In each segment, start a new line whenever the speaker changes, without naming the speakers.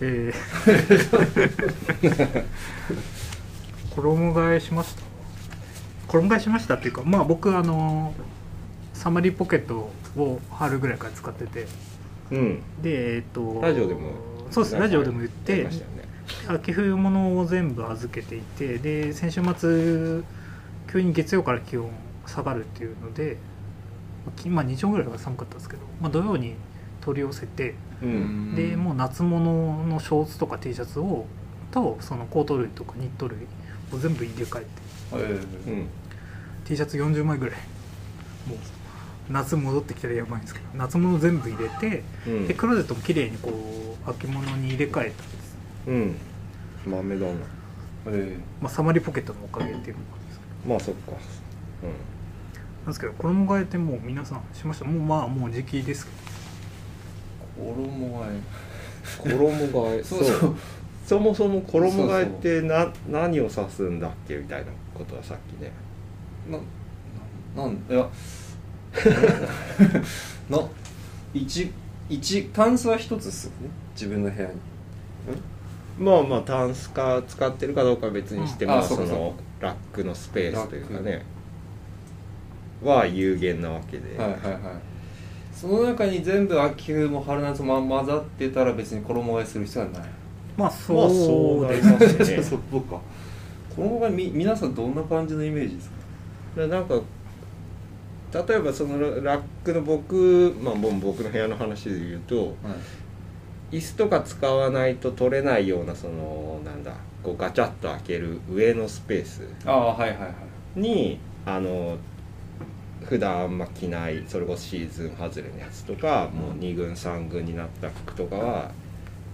え ー衣替えしました衣替えしましたっていうかまあ僕あのサマリーポケットを春ぐらいから使ってて
うん
でえっ、と
ラジオでも
そうですラジオでも言っ
やり
て
ましたよね
秋冬物を全部預けていてで先週末急に月曜から気温下がるっていうので今2畳ぐらいが寒かったんですけど、まあ、土曜に取り寄せて
うん
でもう夏物のショーツとか T シャツをとそのコート類とかニット類を全部入れ替えて
うん、
うん
T シャツ40枚ぐらいもう夏戻ってきたらやばいんですけど夏物全部入れて
うん
でクローゼットも綺麗にこう秋物に入れ替えたんです、
うん豆だな
え
まあ、サマリポケットのおかげっていうのもあるんですけど
まあそっか
なんですけど衣替えってもう皆さんしましたもうまあもう時期ですけ
ー、衣替
うん衣替え
えそうそう
そもそも衣替えってな何を指すんだっけみたいなことはさっきね
なななんいや な一一タンスは一つっすよね自分の部屋に
まあまあタンスか使ってるかどうかは別にして、
うん
まあ
あそう
そ
かそう
の
か
ラックのスペースというかねは有限なわけで、
はいはいはいその中に全部秋冬も春夏も混ざってたら別に衣替えする必要はない
どまあ
まあ
そう
な
で
り
す、
ます
そ う
ね
そうそうか衣替えみ皆さんどんな感じのイメージですか
でなんか例えばそのラックの僕まあもう僕の部屋の話で言うと
はい
椅子とか使わないと取れないようなそのなんだこうガチャッと開ける上のスペース
ああはいはいはい
にあの普段あんま着ないそれこそシーズン外れのやつとかもう2軍3軍になった服とかは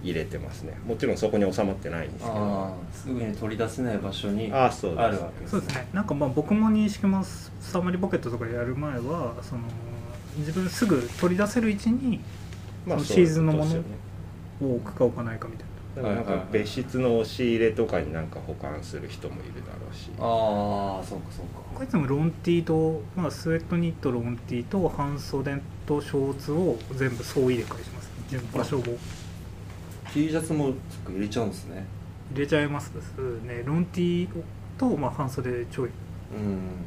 入れてますねもちろんそこに収まってないんですけど
あ
あ
あすぐに取り出せない場所にあ
あそう
る
で
わ
す
けです
そうですねなんかまあ僕も認識ますサマリポケットとかやる前はその自分すぐ取り出せる位置にそのシーズンのもの
そういうことですよね
置くか置かないかみたい
だからなん
はいは
か
いはい
別室の押し入れとかになんか保管する人もいるだろうし
ああそうかそうか
なこいつもロンティーと、まあ、スウェットニットロンティーと半袖とショーツを全部総入れ替えします全部場所を
T シャツもちょっと入れちゃうんですね
入れちゃいますですねロンティーと、まあ、半袖ちょい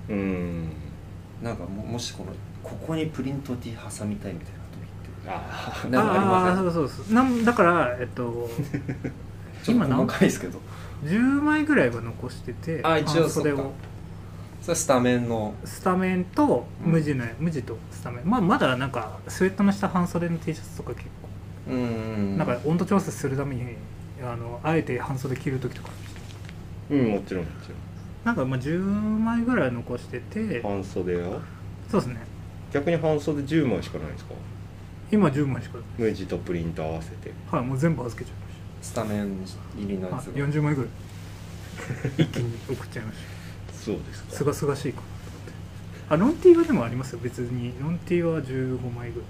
う
う
ん
ん
なんかももしこのここにプリント T 挟みたいみたいな
あ
時ってなんかあり
あ
ま
ーそうそうなんだからえっ と
せん
今何
何回ですけど
10枚ぐらいは残してて
あ一応
半袖を
そっかそれはスタメンの
スタメンと
うん
無地の、無地とスタメン、まあ、まだなんかスウェットの下半袖の T シャツとか結構、
うんうんうん
なんか温度調節するためにあのあえて半袖着る時とかあるんですよ
ーうんもちろんもち
なんかまあ10枚ぐらい残してて
ろん半袖は
そうですね
逆に半袖10枚しかないんですか
今10枚しか
無地とプリント合わせて
はいもう全部預けちゃい
スタメン入りのや
ま
つ
した、
が
はい、40枚ぐらい一気に送っちゃいました
そうです
すがすがしいかなと思ってあロンティーはでもありますよ別にロンティーは15枚ぐ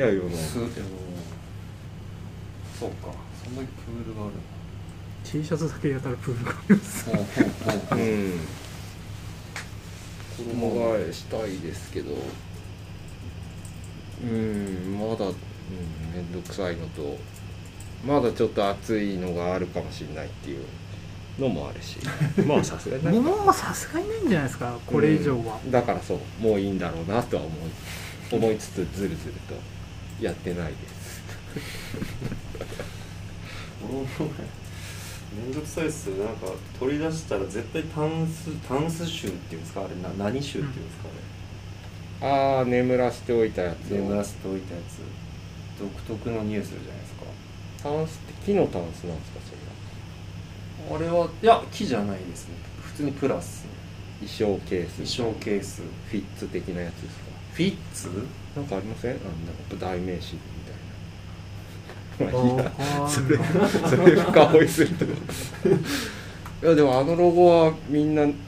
らい
いやいやもう
すでもそうかそんだけプールがある
T シャツだけやたらプールがあります
ほうほうほ
う
うほう
衣
ん
替えしたいですけどうんまだうん面倒くさいのとまだちょっと暑いのがあるかもしれないっていうのもあるし まあさすがにない
物はさすがにないんじゃないですかこれ以上は、
うんだからそうもういいんだろうなとは思い思いつつずるずるとやってないです
衣替えめんどくさいっすよなんか取り出したら絶対タンスタンス臭っていうんですかあれな何臭っていうんですかあれ
ああ眠らせておいたやつを
眠らせておいたやつ独特の匂いするじゃないですか
タンスって木のタンスなんですかそれは
あれはいや木じゃないですね普通にプラス
衣装ケース
衣装ケース
フィッツ的なやつですか
フィッツ
なんかありませんあんな代名詞みたいな。まあいいや
あ
それそれ深追いすると。 いやでもあのロゴはみんななんか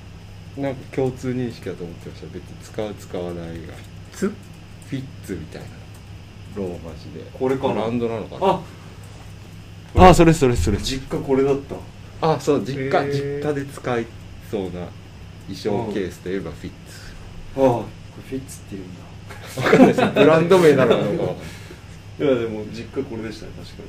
共通認識だと思ってました。別に使う使わないが
つ
フィッツみたいなローマ字で。
これかな
ブランドなのかな。
あ
ああそれそれそれ
実家これだった
あそう実
へ
家
ー
実家で使いそうな衣装ケースといえばフィッツ。
あこれフィッツって言うんだ
わかんないですよブランド名なのかどうかわかんない。
いやでも実家これでしたね確か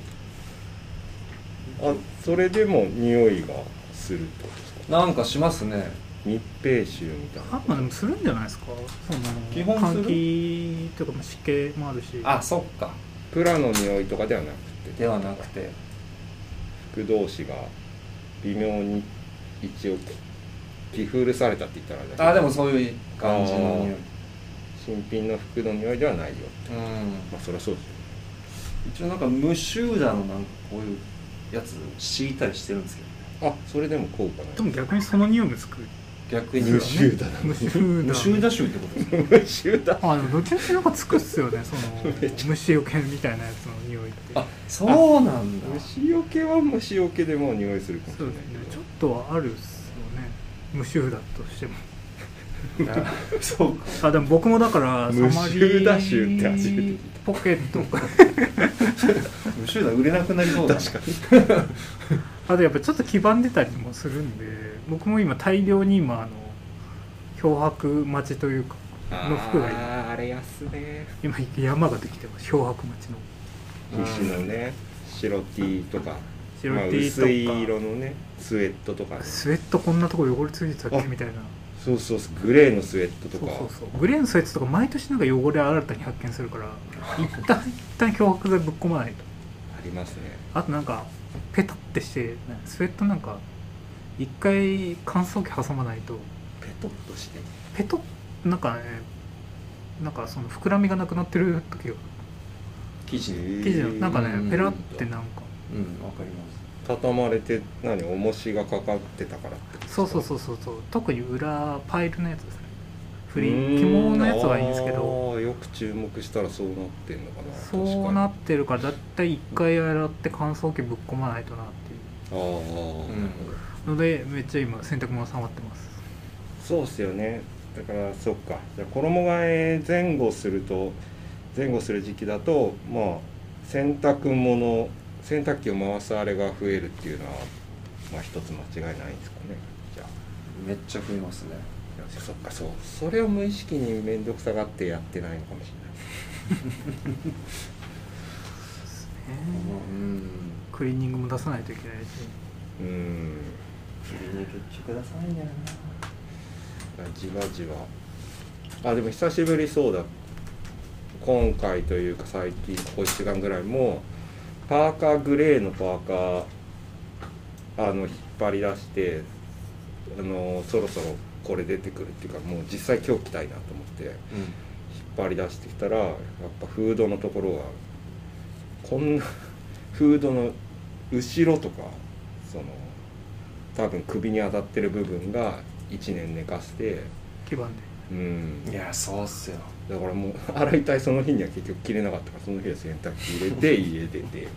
あ
に
それでも匂いがするってことですか
なんかしますね
密閉臭みたい
あ
な
ま
ん
でもするんじゃないですかその
基本する
換気というかまあ湿気もあるし
あそっか
プラの匂いとかではなくて
ではなくて
服同士が微妙に一応着古されたって言ったらあれだけど
あでもそういう感じの匂い
新品の服の匂いではないよ
うん
まあそりゃそうですよ
一応なんか無臭だのなんかこういうやつ敷いたりしてるんですけどね
あそれでも効果ない
でも逆にその匂いもつく
逆
に
に
は
無臭だな
無臭
無臭だ臭ってことですか
無臭だ
あでもどっちにしろなんかつくっすよねその
めっち
虫よけみたいなやつの匂いって
あそうなんだ
虫よけは虫よけでもう匂いするかもし
そ
れ
う
ない
ですねち
け
ょ
ど
っとはあるっすよね無臭だとしても
あそうか
あでも僕もだから
無
サマリ
臭ダッシュって初めて聞い
ポケット
無臭だ売れなくなりそうだ確かに
あとやっぱちょっと黄ばんでたりもするんで僕も今大量に今あの漂白待ちというかの服が今
あーあれ安ね
今山ができてます漂白待ちの
皮脂のね白 T とか
白
まあ、薄い
T と
色のねスウェットとか、ね、
かスウェットこんなとこ汚れついてたっけみたいな
そうそうそうグレーのスウェットと
そう
か
そうそうグレーのスウェットとか毎年なんか汚れ新たに発見するから一旦一旦漂白剤ぶっ込まないと
ありますね
あとなんかペタってして、ねスウェットなんか一回乾燥機挟まないと
ペトッとして
ペトッなんかねなんかその膨らみがなくなってる時が
生地に
生地のなんか
うん
ねペラってなんか
うんわかりま
畳まれて何重しがかかってたからって
そうそうそうそうそう特に裏パイルのやつですね
フ
フリー肝のやつはいいんですけど
どよく注目したらそうなってんのかな
そうなってるからだいたい1回洗って乾燥機ぶっ込まないとなってい
確かにあー、
すうん
うのでめっちゃ今洗濯物収まってます
そうっすよねだからそっかじゃあ衣替え前後すると前後する時期だとまあ洗濯物洗濯機を回すあれが増えるっていうのはまあ一つ間違いないんですかねじゃあ
めっちゃ増えますね
いやそっかそうそれを無意識に面倒くさがってやってないのかもし
ね
ん
クリーニングも出さないといけないし
れないうん
結局出さないんだよな
じわじわあでも久しぶりそうだ今回というか最近ここ1週間ぐらいもパーカーグレーのパーカーあの引っ張り出してあのそろそろこれ出てくるっていうかもう実際今日着たいなと思って引っ張り出してきたらやっぱフードのところはこんなフードの後ろとかその多分首に当たってる部分が1年寝かせて
基盤で
うん
いやそうっすよ
だからもう洗いたいその日には結局着れなかったからその日は洗濯機入れて家出てみたいな
で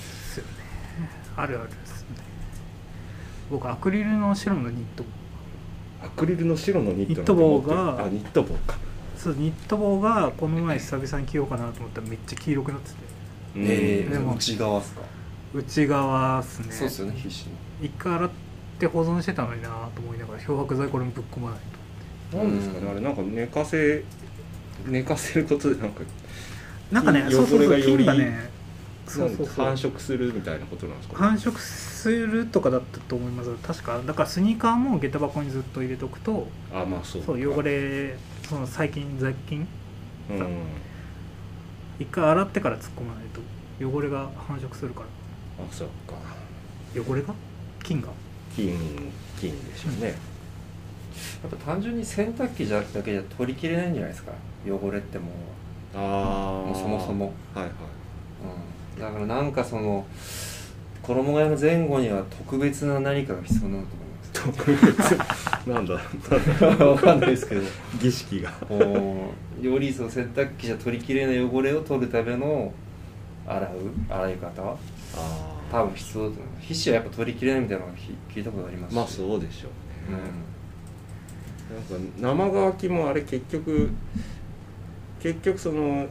すよねあるあるですね僕アクリルの白のニット
アクリルの白のニット
ニット帽が
あニット帽か
そうニット帽がこの前久々に着ようかなと思ったらめっちゃ黄色くなってて
ええ
でも
内側っすか
内側っすね
そうっすよね必死に
一回洗って保存してたのになと思いながら漂白剤これもぶっ込まない
なんですかねあれなんか寝かせ寝かせることでなんか
となんかね
菌
そうそう
汚
そう
れがより
菌がねそうそうそう
繁殖するみたいなことなんですか
繁殖するとかだったと思います確かだからスニーカーも下駄箱にずっと入れとくと
あまあそうか
そう汚れその細菌雑菌
うん
さ一回洗ってから突っ込まないと汚れが繁殖するか
あそっから
汚れが菌が
金金でしょうね
やっぱ単純に洗濯機じゃだけじゃ取りきれないんじゃないですか汚れっても
あ
う
あ
もうそもそも、
はいはい
うん、だからなんかその衣替えの前後には特別な何かが必要なんだと思います
特 別なんだ
わ かんないですけど
儀式が
こうよりその洗濯機じゃ取りきれない汚れを取るための洗う洗い方
あ
多分必要だと思います皮脂はやっぱ取りきれないみたいなのがひ聞いたことありますし
まあそうでしょう
うん
ね、なんか生乾きもあれ結局結局その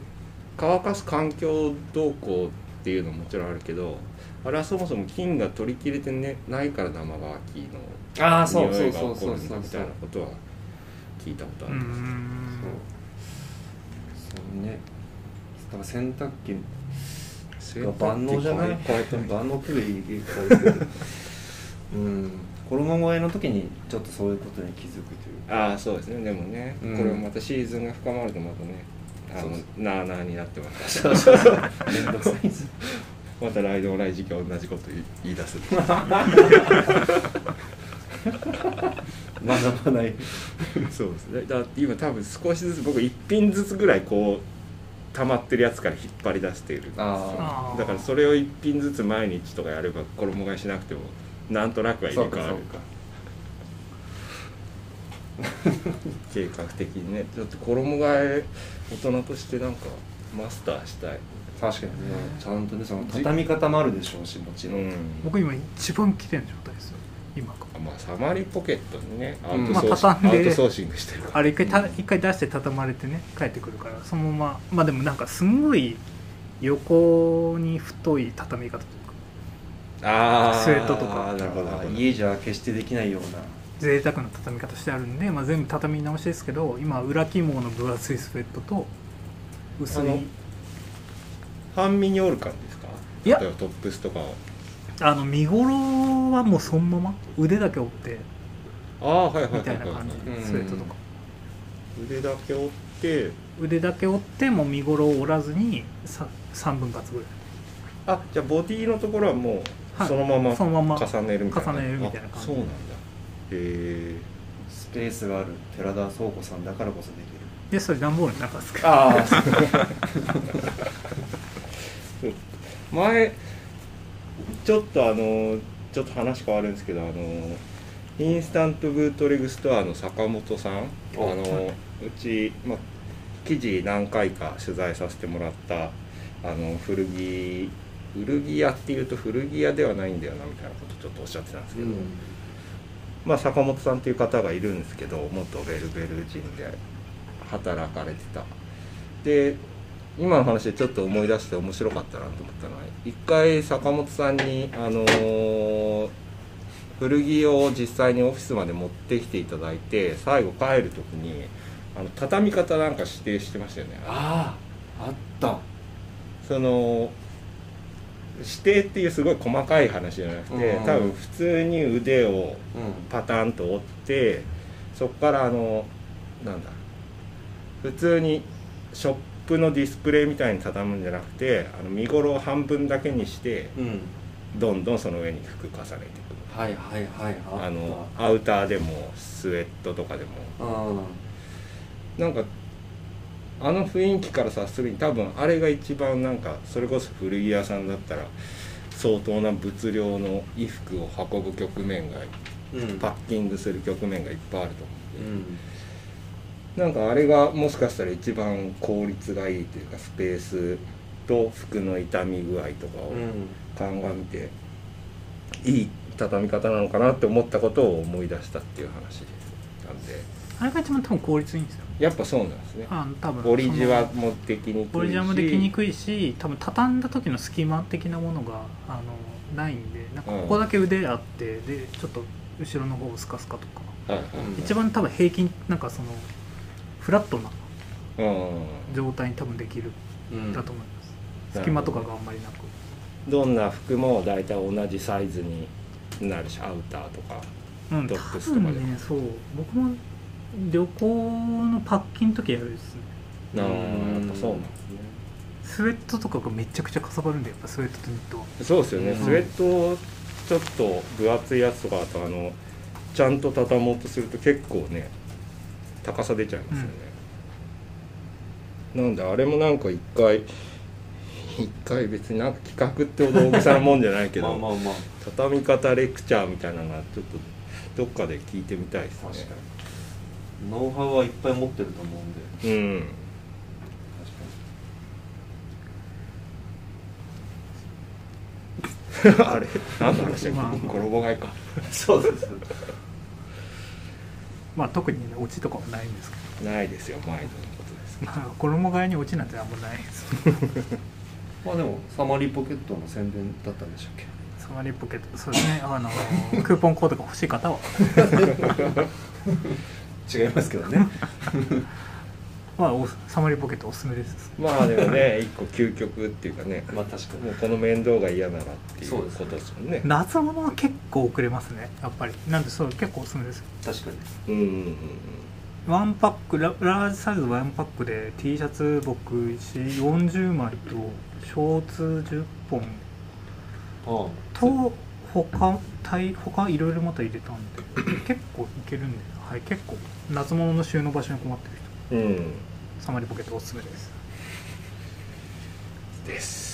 乾かす環境動向っていうのももちろんあるけどあれはそもそも菌が取り切れて、ね、ないから生乾き
ああそ
の
うそ
匂
う
いが
そう
起こ
そう
るん
そ
だ
う
みた
そ
いうなことは聞いたことあ
うー
る、
ん
そうそうねだから洗濯機
生
が万能じゃない
こうやって
万能プレイいい感じですけど うん衣替えの時にちょっとそういうことに気づくという
ああそうですねでもね、
うん
これまたシーズンが深まるとまたねあ
そう
の
そう
なあなあになってます
そうそうそう めんどくさいんですよ
また来年来時期同じこと言い言い出す
学ばない
そうですねだって今多分少しずつ僕1品ずつぐらいこう溜まってるやつから引っ張り出している
あ
あー
だからそれを1品ずつ毎日とかやれば衣替えしなくてもなんとなくは入れ替わる
そうか
計画的にねちょっと衣替え大人としてなんかマスターしたい
あ確かにねちゃんとねその畳み方もあるでしょうしもちろん、
僕今一番綺麗な状態ですよ今が
まあ、サマリポケットにねアウ
うん
トソーシ,、
まあ畳んで
アウトソーシングしてるから
あれ一回た一回出して畳まれてね帰ってくるからそのまままあでもなんかすごい横に太い畳み方というか
あ
スウェットとか
なるほどなるほど
家じゃ決してできないような
贅沢な畳み方してあるんで、まあ、全部畳み直しですけど今裏起毛の分厚いスウェットと薄
あ
い
の半身に折る感じですか
いや
例えばトップスとかを
あの見頃はもうそのまま腕だけ折って
ああはいはい
み
は
た
い
い
は
ない感じ
うん
スウェットとか
腕だけ折って
腕だけ折ってもう見頃を折らずにさ3分割ぐらい
あじゃあボディのところはも
は
う
い
そのまま
そのまま
重ねるみたいな
重ねるみたいな感じ
あそうなんだへ
スペースがある寺田倉庫さんだからこそできる
でそれ段ボールの中ですけど
ああ
え前ちょっとあのちょっと話変わるんですけどあのインスタントブートレグストアの坂本さんあ
お
のうち、ま、記事何回か取材させてもらったあの古着古着屋っていうと古着屋ではないんだよなみたいなことちょっとおっしゃってたんですけど、まあ、坂本さんという方がいるんですけど元ベルベル人で働かれてたで今の話でちょっと思い出して面白かったなと思ったのは一回坂本さんに、あのー古着を実際にオフィスまで持ってきていただいて最後帰る時にあの畳み方なんか指定してましたよね
あああった
その指定っていうすごい細かい話じゃなくて
うん
多分普通に腕を
う
パターンと折ってそこからあのなんだ普通にショップのディスプレイみたいに畳むんじゃなくてあの見頃を半分だけにして
んうん
どんどんその上に服重ねていく
はいはいはい
あのアウターでもスウェットとかでも
あうん
なんかあの雰囲気から察するに多分あれが一番なんかそれこそ古着屋さんだったら相当な物量の衣服を運ぶ局面が
うん
パッキングする局面がいっぱいあると思う
うん
なんかあれがもしかしたら一番効率がいいというかスペースと服の傷み具合とかを
うん
鑑みて、いい畳み方なのかなって思ったことを思い出したっていう話ですなんで
あれが一番多分効率いいんですよ
やっぱそうなんですね
あの多分
ボリジはもうできにくいし
ボリジャーもできにくいし多分畳んだ時の隙間的なものがあのないんでなんか
うん
ここだけ腕あって、でちょっと後ろの方をスカスカとか
はいはい
一番多分平均なんかそのフラットな
うん
状態に多分できる
うん
だと思います、
うん
隙間とかがあんまりなく
どんな服も大体同じサイズになるしアウターとか
うん
ド
多
ッグスとかで
分ねそう僕も旅行のパッキンの時やるですね
あーやっぱそうなんですね
スウェットとかがめちゃくちゃかさばるんでやっぱスウェットとニットは
そうですよね、
うん
スウェットちょっと分厚いやつとかだとあのちゃんと畳もうとすると結構ね高さ出ちゃいますよね、なんであれもなんか一回一回別になんか企画ってほど大げさなもんじゃないけど
まあまあまあ
畳み方レクチャーみたいなのはちょっとどっかで聞いてみたいですね
確かにノウハウはいっぱい持ってると思 うんで
うんあれ何の話だっ
まあ
け衣替えか
確かにそうです
まあ特にね落ちとかもないんですけ
ないですよ毎度のこと です
どまあ衣替えに落ちなんてあんまないです
まあでもサマリーポケットの宣伝だったんでしたっけ
サマリーポケットそうですねあのクーポンコードが欲しい方は
違いますけどね
まあおサマリーポケットおすすめです
まあでもね一個究極っていうかね
まあ確かに
もうこの面倒が嫌ならっていうことですもんね
夏物は結構遅れますねやっぱりなんでそう結構おすすめです
確かに
うんうんうん
ワンパックララージサイズワンパックで T シャツ僕40枚とショーツ10本
あ
と他対他いろいろまた入れたんで結構いけるんで、はい、結構夏物の収納場所に困ってる
うん
人サマリーポケットおすすめです
です